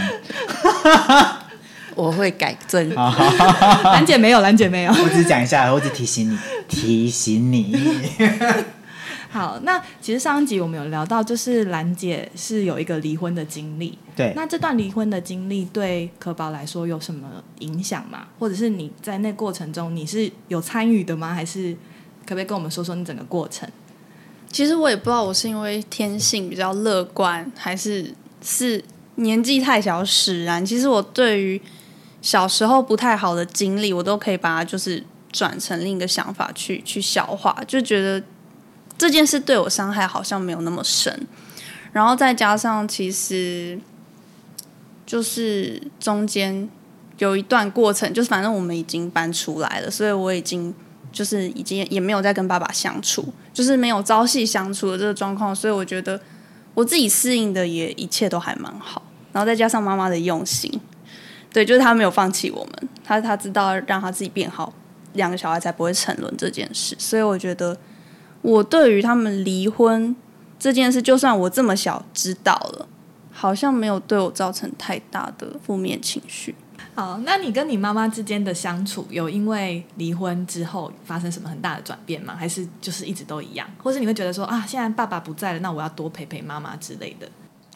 [SPEAKER 4] 我会改
[SPEAKER 1] [LAUGHS]
[SPEAKER 4] 正。
[SPEAKER 1] 兰姐没有，兰姐没有。
[SPEAKER 2] 我只是讲一下，我只提醒你，提
[SPEAKER 1] [LAUGHS]
[SPEAKER 2] 醒你。
[SPEAKER 1] 好，那其实上一集我们有聊到，就是兰姐是有一个离婚的经历。
[SPEAKER 2] 对，
[SPEAKER 1] 那这段离婚的经历对可宝来说有什么影响吗？或者是你在那过程中你是有参与的吗？还是可不可以跟我们说说你整个过程？
[SPEAKER 3] 其实我也不知道我是因为天性比较乐观，还是是年纪太小使然。其实我对于小时候不太好的经历，我都可以把它就是转成另一个想法去去消化，就觉得这件事对我伤害好像没有那么深。然后再加上其实就是中间有一段过程，就是反正我们已经搬出来了，所以我已经就是已经也没有再跟爸爸相处，就是没有朝夕相处的这个状况，所以我觉得我自己适应的也一切都还蛮好，然后再加上妈妈的用心，对，就是她没有放弃我们，她她知道让她自己变好，两个小孩才不会沉沦这件事，所以我觉得我对于他们离婚这件事，就算我这么小知道了，好像没有对我造成太大的负面情绪。
[SPEAKER 1] 好，那你跟你妈妈之间的相处，有因为离婚之后发生什么很大的转变吗？还是就是一直都一样？或是你会觉得说啊，现在爸爸不在了，那我要多陪陪妈妈之类的？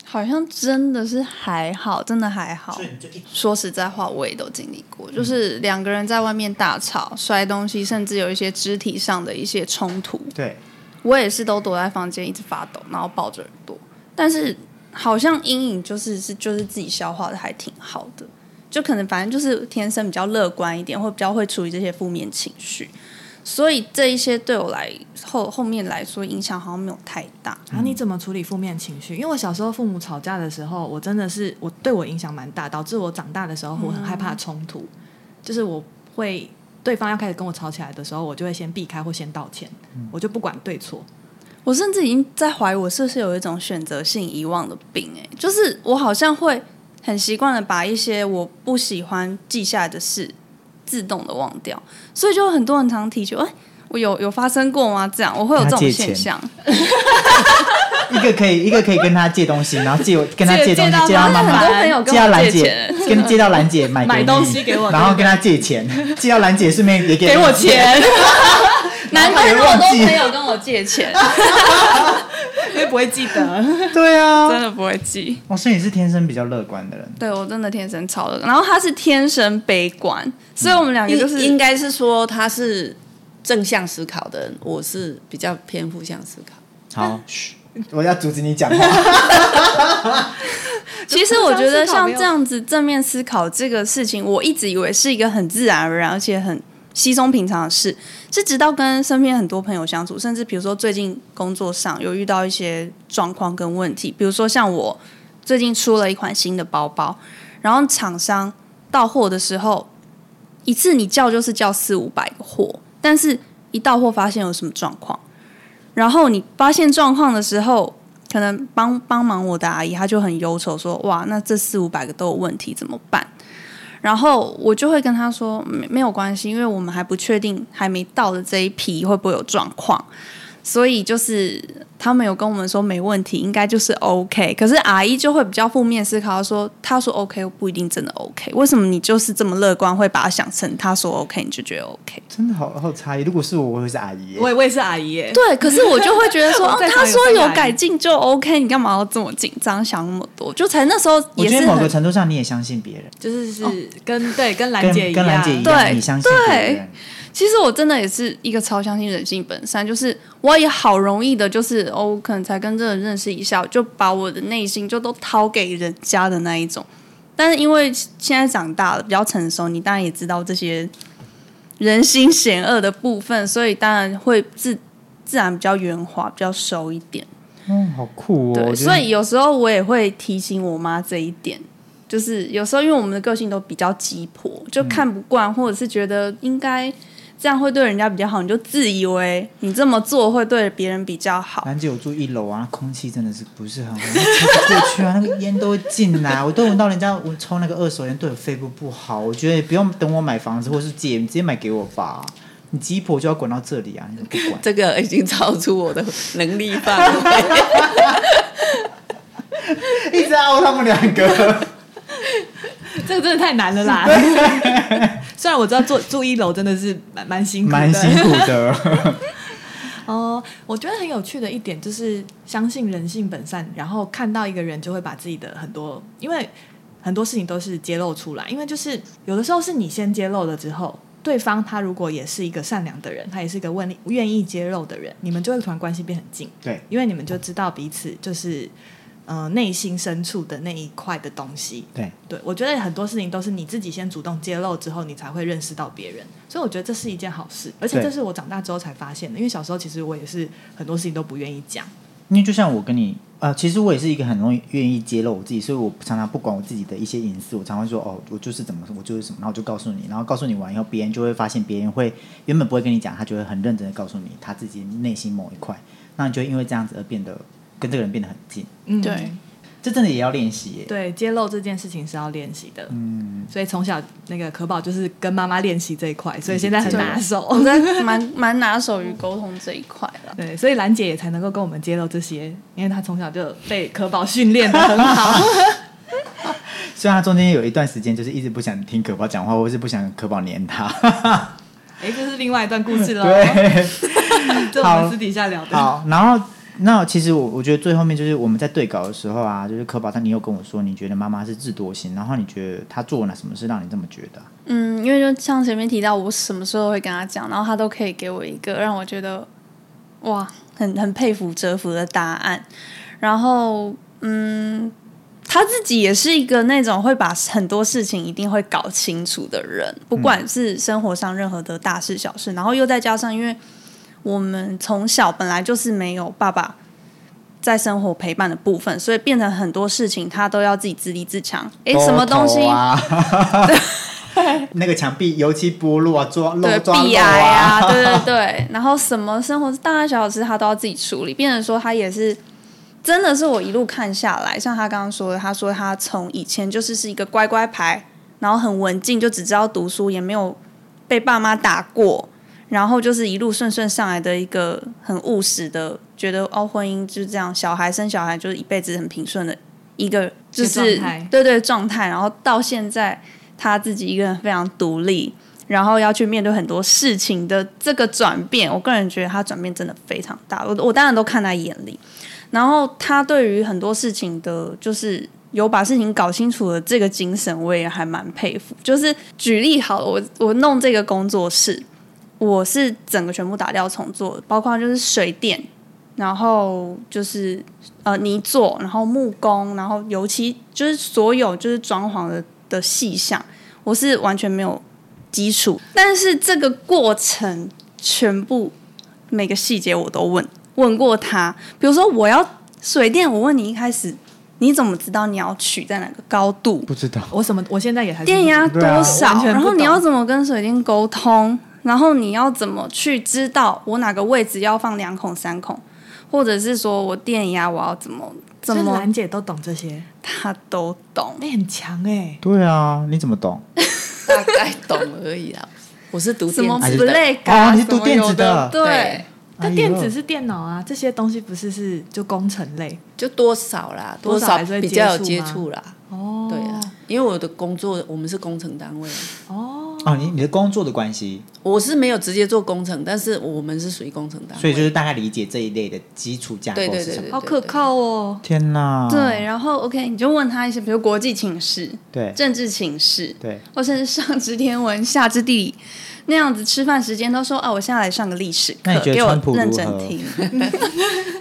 [SPEAKER 3] 好像真的是还好，真的还好。
[SPEAKER 2] 所以你就一
[SPEAKER 3] 说实在话，我也都经历过，就是两个人在外面大吵、摔东西，甚至有一些肢体上的一些冲突，
[SPEAKER 2] 对，
[SPEAKER 3] 我也是都躲在房间一直发抖，然后抱着耳朵。但是好像阴影就是是就是自己消化的还挺好的，就可能反正就是天生比较乐观一点，或比较会处理这些负面情绪，所以这一些对我来后后面来说影响好像没有太大。
[SPEAKER 1] 然啊
[SPEAKER 2] 嗯
[SPEAKER 1] 后你怎么处理负面情绪？因为我小时候父母吵架的时候，我真的是我对我影响蛮大，导致我长大的时候我很害
[SPEAKER 2] 嗯
[SPEAKER 1] 怕冲突，就是我会对方要开始跟我吵起来的时候，我就会先避开或先道歉，
[SPEAKER 2] 嗯
[SPEAKER 1] 我就不管对错。
[SPEAKER 3] 我甚至已经在怀疑我是不是有一种选择性遗忘的病、欸，就是我好像会很习惯的把一些我不喜欢记下来的事自动的忘掉，所以就有很多人常提及，哎、我有有发生过吗？这样我会有这
[SPEAKER 2] 跟
[SPEAKER 3] 种
[SPEAKER 2] 他借钱
[SPEAKER 3] 现象，
[SPEAKER 2] 一个可以，一个可以跟他借东西，然后借我跟他借东
[SPEAKER 1] [LAUGHS]
[SPEAKER 2] 西，
[SPEAKER 1] 借
[SPEAKER 2] 借到妈
[SPEAKER 1] 借到
[SPEAKER 2] 妈
[SPEAKER 1] 很多朋友，跟我
[SPEAKER 2] 借到兰
[SPEAKER 3] 借
[SPEAKER 2] 姐
[SPEAKER 3] 钱，
[SPEAKER 2] 跟借到兰姐买
[SPEAKER 1] 买
[SPEAKER 2] 给你
[SPEAKER 1] 东西给我
[SPEAKER 2] 然后跟他借钱， [LAUGHS] 借到兰姐顺便也给
[SPEAKER 1] 给我
[SPEAKER 2] 兰姐，
[SPEAKER 1] 钱，
[SPEAKER 3] 难怪
[SPEAKER 2] 有
[SPEAKER 3] 那么多
[SPEAKER 2] 忘记
[SPEAKER 3] 朋友跟我借
[SPEAKER 2] [LAUGHS]
[SPEAKER 3] 钱，
[SPEAKER 1] [LAUGHS] 因为不会记得。[LAUGHS]
[SPEAKER 2] 对啊，
[SPEAKER 3] 真的不会记。
[SPEAKER 2] 我所以你是天生比较乐观的人，
[SPEAKER 3] 对我真的天生超乐观，然后他是天生悲观，所以我们两个就
[SPEAKER 4] 应应
[SPEAKER 3] 是
[SPEAKER 4] 该是说他是正向思考的人，我是比较偏负向思考。
[SPEAKER 2] [LAUGHS] 好，嘘，我要阻止你讲话，
[SPEAKER 3] 其实我觉得像这样子正面思考这个事情，我一直以为是一个很自然而然而且很稀松平常的事，是直到跟身边很多朋友相处，甚至比如说最近工作上有遇到一些状况跟问题，比如说像我最近出了一款新的包包，然后厂商到货的时候，一次你叫就是叫四五百个货，但是一到货发现有什么状况，然后你发现状况的时候，可能帮帮忙我的阿姨，她就很忧愁说：“哇，那这四五百个都有问题，怎么办？”然后我就会跟她嗯说：“没没有关系，因为我们还不确定还没到的这一批会不会有状况。”所以就是他们有跟我们说没问题，应该就是 OK。可是阿姨就会比较负面思考，说她说 OK 不一定真的 OK，为什么你就是这么乐观，会把它想成她说 OK 你就觉得 OK？
[SPEAKER 2] [LAUGHS] 真的好好差异。如果是我，我会是阿姨耶。
[SPEAKER 1] 我也我也是阿姨
[SPEAKER 2] 哎
[SPEAKER 1] 耶，
[SPEAKER 3] 对，可是我就会觉
[SPEAKER 2] [LAUGHS]
[SPEAKER 3] 得说，
[SPEAKER 1] 我
[SPEAKER 3] 哦
[SPEAKER 1] 在场
[SPEAKER 3] 她
[SPEAKER 1] 也
[SPEAKER 3] 说
[SPEAKER 1] 是
[SPEAKER 3] 有
[SPEAKER 1] 阿姨
[SPEAKER 3] 改进就 OK，你干嘛要这么紧张，想那么多？就才那时候
[SPEAKER 2] 我
[SPEAKER 3] 也
[SPEAKER 2] 觉
[SPEAKER 3] 是
[SPEAKER 2] 得某个
[SPEAKER 3] 很
[SPEAKER 2] 程度上，你也相信别人，
[SPEAKER 1] 就是是跟对跟兰
[SPEAKER 2] 哦跟
[SPEAKER 1] 姐一
[SPEAKER 2] 跟兰姐一
[SPEAKER 1] 样，
[SPEAKER 2] 样，
[SPEAKER 3] 对
[SPEAKER 2] 你相信别人。
[SPEAKER 3] 其实我真的也是一个超相信人性本善，就是我也好容易的，就是哦，我可能才跟这个人认识一下，我就把我的内心就都掏给人家的那一种。但是因为现在长大了，比较成熟，你当然也知道这些人心险恶的部分，所以当然会自自然比较圆滑，比较熟一点。
[SPEAKER 2] 嗯，好酷哦！
[SPEAKER 3] 对，
[SPEAKER 2] 我觉得
[SPEAKER 3] 所以有时候我也会提醒我妈这一点，就是有时候因为我们的个性都比较急迫，就看不惯，或者是觉得应该这样会对人家比较好，你就自以为你这么做会对别人比较好。
[SPEAKER 2] 兰姐，我住一楼啊，空气真的是不是很好，过不 [LAUGHS] 去啊，那个烟都会进来，我都闻到人家我抽那个二手烟对我肺部不好。我觉得不用等我买房子，或是借，你直接买给我吧。你鸡婆就要滚到这里啊，你怎么不管？
[SPEAKER 4] 这个已经超出我的能力范围。
[SPEAKER 2] [LAUGHS] 一直凹他们两个，
[SPEAKER 1] 这个真的太难了啦。 [LAUGHS] 虽然我知道住住一楼真的是蛮蛮辛苦的，
[SPEAKER 2] [LAUGHS] 蛮辛苦的。 [LAUGHS]
[SPEAKER 1] 哦，我觉得很有趣的一点就是相信人性本善，然后看到一个人就会把自己的很多，因为很多事情都是揭露出来，因为就是有的时候是你先揭露了之后，对方他如果也是一个善良的人，他也是一个问愿意揭露的人，你们就会突然关系变很近，
[SPEAKER 2] 对，
[SPEAKER 1] 因为你们就知道彼此就是呃内心深处的那一块的东西。
[SPEAKER 2] 对，
[SPEAKER 1] 对，我觉得很多事情都是你自己先主动揭露之后，你才会认识到别人，所以我觉得这是一件好事，而且
[SPEAKER 2] 对
[SPEAKER 1] 这是我长大之后才发现的，因为小时候其实我也是很多事情都不愿意讲，
[SPEAKER 2] 因为就像我跟你，呃，其实我也是一个很容易愿意揭露我自己，所以我常常不管我自己的一些隐私，我常常会说哦，我就是怎么，我就是什么，然后我就告诉你，然后告诉你完以后，别人就会发现，别人会原本不会跟你讲，他就会很认真的告诉你他自己内心某一块，那你就会因为这样子而变得跟这个人变得很近，
[SPEAKER 1] 嗯，
[SPEAKER 3] 对
[SPEAKER 2] 这真的也要练习耶。
[SPEAKER 1] 对，揭露这件事情是要练习的，嗯，所以从小那个可宝就是跟妈妈练习这一块，所以现在很
[SPEAKER 2] 对
[SPEAKER 1] 拿手，
[SPEAKER 3] 我在蛮蛮拿手于沟通这一块了。
[SPEAKER 1] 对，所以兰姐也才能够跟我们揭露这些，因为她从小就被可宝训练的很好， [LAUGHS]
[SPEAKER 2] 虽然他中间有一段时间就是一直不想听可宝讲话，或是不想可宝黏他。
[SPEAKER 1] 哎，这是另外一段故事喽，
[SPEAKER 2] 对，
[SPEAKER 1] [LAUGHS] 这我
[SPEAKER 2] 好
[SPEAKER 1] 们私底下聊的，
[SPEAKER 2] 好，然后那其实我我觉得最后面就是我们在对稿的时候啊，就是可宝他你有跟我说，你觉得妈妈是智多星，然后你觉得她做了什么事让你这么觉得啊？
[SPEAKER 3] 嗯，因为就像前面提到，我什么时候会跟他讲，然后他都可以给我一个让我觉得哇，很很佩服、折服的答案。然后，嗯，他自己也是一个那种会把很多事情一定会搞清楚的人，不管是生活上任何的大事小事。然后又再加上，因为我们从小本来就是没有爸爸在生活陪伴的部分，所以变成很多事情他都要自己自立自强。诶，什么东西？
[SPEAKER 2] 剥头啊？ [LAUGHS] 那个墙壁油漆剥落啊，抓漏
[SPEAKER 3] 对，
[SPEAKER 2] 抓
[SPEAKER 3] 壁
[SPEAKER 2] 漏
[SPEAKER 3] 癌
[SPEAKER 2] 啊，
[SPEAKER 3] 啊，对对对，然后什么生活大大小小事他都要自己处理，变成说他也是。真的是我一路看下来，像他刚刚说的，他说他从以前就是是一个乖乖牌，然后很文静，就只知道读书，也没有被爸妈打过，然后就是一路顺顺上来的一个很务实的，觉得哦婚姻就是这样，小孩生小孩就是一辈子很平顺的一个，就
[SPEAKER 1] 一个
[SPEAKER 3] 是
[SPEAKER 1] 状态
[SPEAKER 3] 对对状态，然后到现在他自己一个人非常独立，然后要去面对很多事情的这个转变，我个人觉得他转变真的非常大，我我当然都看在眼里。然后他对于很多事情的，就是有把事情搞清楚的这个精神，我也还蛮佩服。就是举例好了，我我弄这个工作室，我是整个全部打掉重做的，包括就是水电，然后就是呃泥做，然后木工，然后油漆，就是所有就是装潢的的细项，我是完全没有基础，但是这个过程全部每个细节我都问问过他，比如说我要水电，我问你一开始你怎么知道你要取在哪个高度？
[SPEAKER 2] 不知道。
[SPEAKER 1] 我什么我现在也还是
[SPEAKER 3] 电压
[SPEAKER 2] 对
[SPEAKER 3] 多
[SPEAKER 2] 啊
[SPEAKER 3] 少，
[SPEAKER 1] 完全不
[SPEAKER 3] 然后你
[SPEAKER 1] 懂
[SPEAKER 3] 要怎么跟水电沟通，然后你要怎么去知道我哪个位置要放两孔、三孔，或者是说我电压我要怎么怎
[SPEAKER 1] 所以
[SPEAKER 3] 么，
[SPEAKER 1] 兰姐都懂这些，
[SPEAKER 3] 他都懂。
[SPEAKER 1] 你很强哎、
[SPEAKER 2] 对啊，你怎么懂？
[SPEAKER 4] 大概懂而已啦。我是读
[SPEAKER 3] 什
[SPEAKER 4] 电
[SPEAKER 3] 么
[SPEAKER 4] 子
[SPEAKER 2] 的
[SPEAKER 3] flag
[SPEAKER 2] 哦
[SPEAKER 3] 啊，
[SPEAKER 2] 你是读
[SPEAKER 3] 什么
[SPEAKER 2] 电子
[SPEAKER 3] 有
[SPEAKER 2] 的
[SPEAKER 3] 对，
[SPEAKER 1] 但电
[SPEAKER 2] 哎
[SPEAKER 1] 子
[SPEAKER 2] 呦
[SPEAKER 1] 是电脑啊，这些东西不是是就工程类
[SPEAKER 4] 就多少啦，
[SPEAKER 1] 多少
[SPEAKER 4] 少
[SPEAKER 1] 还是会
[SPEAKER 4] 比较有
[SPEAKER 1] 接
[SPEAKER 4] 接
[SPEAKER 1] 触吗
[SPEAKER 4] 触啦。
[SPEAKER 1] 哦
[SPEAKER 4] 对啊，因为我的工作我们是工程单位啊，
[SPEAKER 1] 哦，
[SPEAKER 2] 哦，你你的工作的关系，
[SPEAKER 4] 我是没有直接做工程，但是我们是属于工程单位，
[SPEAKER 2] 所以就是大概理解这一类的基础架构
[SPEAKER 4] 啊对对
[SPEAKER 2] 是什
[SPEAKER 4] 对
[SPEAKER 1] 好
[SPEAKER 2] 么。
[SPEAKER 1] 可靠哦。
[SPEAKER 2] 天哪！
[SPEAKER 3] 对，然后 OK，你就问他一些，比如国际情势、
[SPEAKER 2] 嗯对
[SPEAKER 3] 政治情势，
[SPEAKER 2] 对，
[SPEAKER 3] 或甚至上知天文下知地理那样子，吃饭时间都说啊，我现在来上个历史
[SPEAKER 2] 那你
[SPEAKER 3] 课，
[SPEAKER 2] 觉得
[SPEAKER 3] 给我
[SPEAKER 2] 川普
[SPEAKER 3] 认
[SPEAKER 2] 如
[SPEAKER 3] 真
[SPEAKER 2] 何 [LAUGHS]
[SPEAKER 3] 听。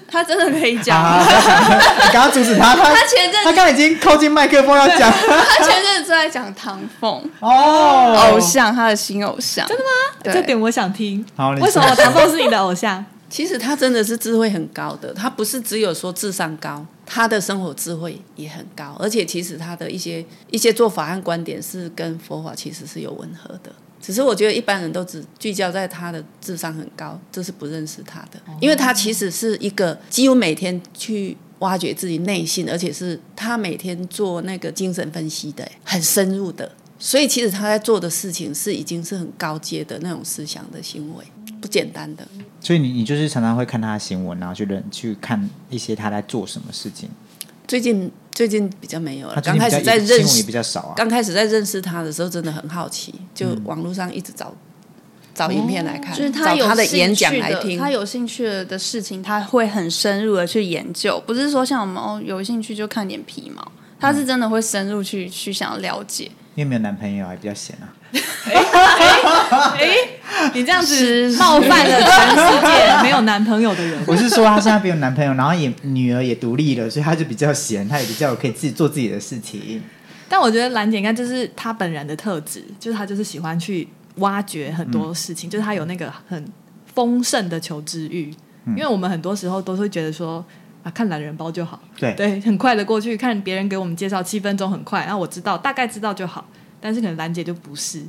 [SPEAKER 3] 他真的可以讲，
[SPEAKER 2] 啊！ [LAUGHS] 你刚刚阻止他，他
[SPEAKER 3] 他前阵
[SPEAKER 2] 他刚刚已经靠近麦克风要讲
[SPEAKER 3] 他前阵子在讲唐凤
[SPEAKER 4] [LAUGHS]
[SPEAKER 2] 哦
[SPEAKER 3] 偶。像，他的新偶像，真的吗？
[SPEAKER 1] 这
[SPEAKER 3] 对，
[SPEAKER 1] 点我想听。
[SPEAKER 2] 好你
[SPEAKER 1] 为什么
[SPEAKER 2] 说
[SPEAKER 1] 唐凤是你的偶像？
[SPEAKER 4] 其实他真的是智慧很高的，他不是只有说智商高，他的生活智慧也很高，而且其实他的一些一些做法和观点是跟佛法其实是有吻合的。只是我觉得一般人都只聚焦在他的智商很高，这是不认识他的，因为他其实是一个几乎每天去挖掘自己内心，而且是他每天做那个精神分析的，很深入的。所以其实他在做的事情是已经是很高阶的那种思想的行为，不简单的。
[SPEAKER 2] 所以你你就是常常会看他的新闻，然后去认去看一些他在做什么事情。
[SPEAKER 4] 最近最近比较没有了
[SPEAKER 2] 他，最
[SPEAKER 4] 刚
[SPEAKER 2] 近
[SPEAKER 4] 开
[SPEAKER 2] 比较
[SPEAKER 4] 始在
[SPEAKER 2] 新
[SPEAKER 4] 认
[SPEAKER 2] 闻也
[SPEAKER 4] 识
[SPEAKER 2] 比，较少嗯啊。
[SPEAKER 4] 刚开始在认识他的时候，真的很好奇，就网络上一直找找影片来看，
[SPEAKER 3] 哦就是
[SPEAKER 4] 找
[SPEAKER 3] 有
[SPEAKER 4] 他的
[SPEAKER 3] 兴
[SPEAKER 4] 演讲
[SPEAKER 3] 趣
[SPEAKER 4] 来
[SPEAKER 3] 的
[SPEAKER 4] 听。
[SPEAKER 3] 他有兴趣的事情，他会很深入的去研究，不是说像我们哦有兴趣就看点皮毛，他
[SPEAKER 4] 嗯
[SPEAKER 3] 是真的会深入去去想要了解。
[SPEAKER 2] 因为没有男朋友啊，也比较闲啊。
[SPEAKER 1] 哎你这样子
[SPEAKER 3] 是
[SPEAKER 1] 冒犯了全世界没有男朋友的人。
[SPEAKER 2] 我是说他现在没有男朋友，然后也女儿也独立了，所以他就比较闲，他也比较可以自己做自己的事情。
[SPEAKER 1] 但我觉得兰姐应该就是她本人的特质，就是她就是喜欢去挖掘很多事情，就是她有那个很丰盛的求知欲。因为我们很多时候都会觉得说啊，看懒人包就好，
[SPEAKER 2] 对
[SPEAKER 1] 对，很快的过去看别人给我们介绍七分钟很快，啊然后我知道大概知道就好。但是可能兰姐就不是，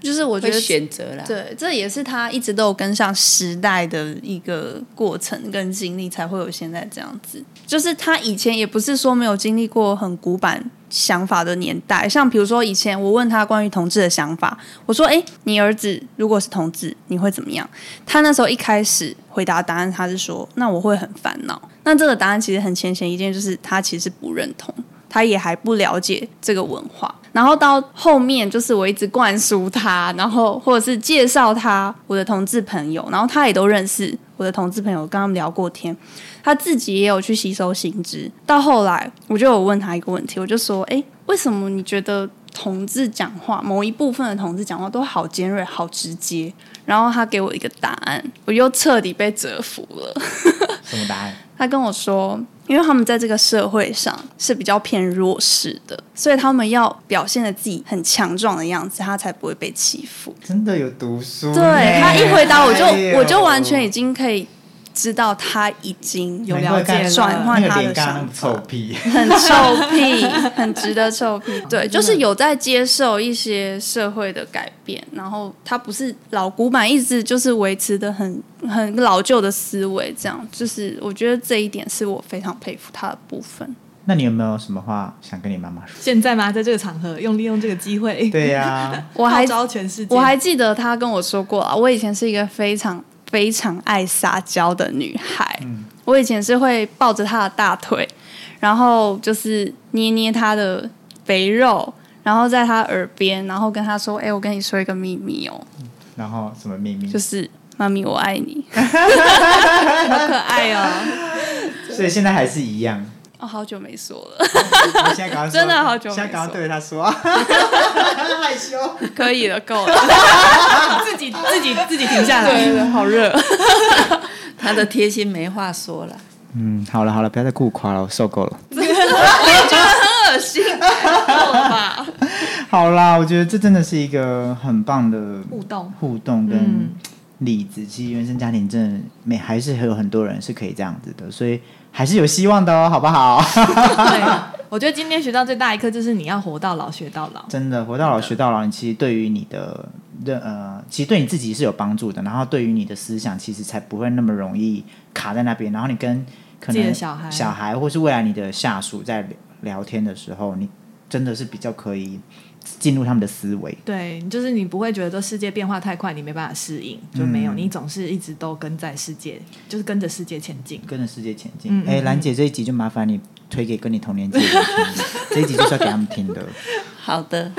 [SPEAKER 3] 就是我觉
[SPEAKER 4] 会
[SPEAKER 3] 得
[SPEAKER 4] 选择啦，
[SPEAKER 3] 对，这也是他一直都有跟上时代的一个过程跟经历，才会有现在这样子。就是他以前也不是说没有经历过很古板想法的年代，像比如说以前我问他关于同志的想法，我说：“哎，你儿子如果是同志，你会怎么样？”他那时候一开始回答答案，他是说：“那我会很烦恼。”那这个答案其实很浅显易见，就是他其实不认同。他也还不了解这个文化。然后到后面就是我一直灌输他，然后或者是介绍他我的同志朋友，然后他也都认识我的同志朋友，跟他们聊过天，他自己也有去吸收新知。到后来，我就有问他一个问题，我就说：“诶，为什么你觉得同志讲话，某一部分的同志讲话都好尖锐、好直接？”然后他给我一个答案，我又彻底被折服了。
[SPEAKER 2] 什么答案？
[SPEAKER 3] 他跟我说，因为他们在这个社会上是比较偏弱势的，所以他们要表现的自己很强壮的样子，他才不会被欺负。
[SPEAKER 2] 真的有读书呢？
[SPEAKER 3] 对他一回答，我就
[SPEAKER 2] 哦哎呦
[SPEAKER 3] 我就完全已经可以知道他已经
[SPEAKER 1] 有了解了
[SPEAKER 3] 转换
[SPEAKER 2] 那个
[SPEAKER 3] 他
[SPEAKER 2] 脸
[SPEAKER 3] 的
[SPEAKER 2] 刚刚那
[SPEAKER 3] 想
[SPEAKER 2] 么
[SPEAKER 3] 法
[SPEAKER 2] 臭，屁。
[SPEAKER 3] 很臭屁，很值得臭
[SPEAKER 2] [LAUGHS]
[SPEAKER 3] 屁。对，就是有在接受一些社会的改变，然后他不是老古板，一直就是维持的很很老旧的思维，这样就是我觉得这一点是我非常佩服他的部分。
[SPEAKER 2] 那你有没有什么话想跟你妈
[SPEAKER 1] [LAUGHS]
[SPEAKER 2] 妈说？
[SPEAKER 1] 现在吗？在这个场合用利用这个机会，
[SPEAKER 2] 对
[SPEAKER 1] [LAUGHS]
[SPEAKER 2] 呀、
[SPEAKER 3] 我还
[SPEAKER 1] 号召全世界，
[SPEAKER 3] 我还记得他跟我说过啊，我以前是一个非常非常爱撒娇的女孩，我以前是会抱着她的大腿，然后就是捏捏她的肥肉，然后在她耳边，然后跟她说：“哎、我跟你说一个秘密哦，
[SPEAKER 2] 然后什么秘密？
[SPEAKER 3] 就是妈咪我爱你。
[SPEAKER 1] 好可爱哦。
[SPEAKER 2] 所以现在还是一样。”
[SPEAKER 3] 哦，好久没说了，
[SPEAKER 2] 我现在赶快说
[SPEAKER 3] 真的好久没
[SPEAKER 2] 现在赶快
[SPEAKER 3] 说
[SPEAKER 2] 对着他说， [LAUGHS] 害羞。
[SPEAKER 3] 可以了，够 [LAUGHS] 了，
[SPEAKER 1] 自己自己自己停下来，
[SPEAKER 3] 对，好热。
[SPEAKER 4] 他的贴心没话说了。
[SPEAKER 2] 嗯，好了好了，不要再顾夸了，我受够了。
[SPEAKER 3] 恶心，够了吧？
[SPEAKER 2] [LAUGHS] 好啦，我觉得这真的是一个很棒的
[SPEAKER 1] 互动
[SPEAKER 2] 互动跟
[SPEAKER 1] 嗯
[SPEAKER 2] 例子。其实原生家庭真的没，还是有很多人是可以这样子的，所以还是有希望的哦，好不好？
[SPEAKER 1] 对， [LAUGHS] 我觉得今天学到最大一课就是你要活到老学到老。
[SPEAKER 2] 真的，活到老学到老，你其实对于你的认呃，其实对你自己是有帮助的，然后对于你的思想，其实才不会那么容易卡在那边。然后你跟可
[SPEAKER 1] 自己的
[SPEAKER 2] 能
[SPEAKER 1] 小孩
[SPEAKER 2] 小孩或是未来你的下属在聊聊天的时候，你真的是比较可
[SPEAKER 1] 嗯
[SPEAKER 2] 以进入他们的思维。
[SPEAKER 1] 对，就是你不会觉得这世界变化太快，你没办法适应，就没有，你总是一直都跟在世界，就是跟着世界前进。
[SPEAKER 2] 跟着世界前进。哎、
[SPEAKER 1] 嗯嗯嗯
[SPEAKER 2] 兰姐这一集就麻烦你推给跟你同年纪的人听，这一集就是要给他们听
[SPEAKER 1] [LAUGHS]
[SPEAKER 2] 的。
[SPEAKER 4] 好的，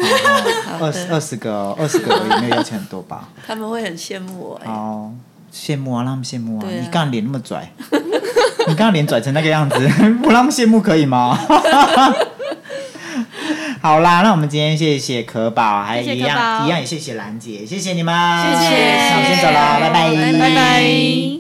[SPEAKER 2] 二十二十个哦，二十个而已，没有邀请很多吧？
[SPEAKER 4] 他们会很羡慕我、哎，
[SPEAKER 2] 好，羡慕啊，让他们羡慕啊！
[SPEAKER 4] 对啊
[SPEAKER 2] 你刚刚脸那么拽， [LAUGHS] 你刚刚脸拽成那个样子， [LAUGHS] 不让他们羡慕可以吗？ [LAUGHS] 好啦，那我们今天谢谢可宝，还
[SPEAKER 1] 谢谢
[SPEAKER 2] 一
[SPEAKER 1] 可
[SPEAKER 2] 样
[SPEAKER 1] 宝
[SPEAKER 2] 一样也谢谢兰姐，谢谢你们，
[SPEAKER 1] 谢谢
[SPEAKER 2] 那我先走了，拜
[SPEAKER 3] 拜拜。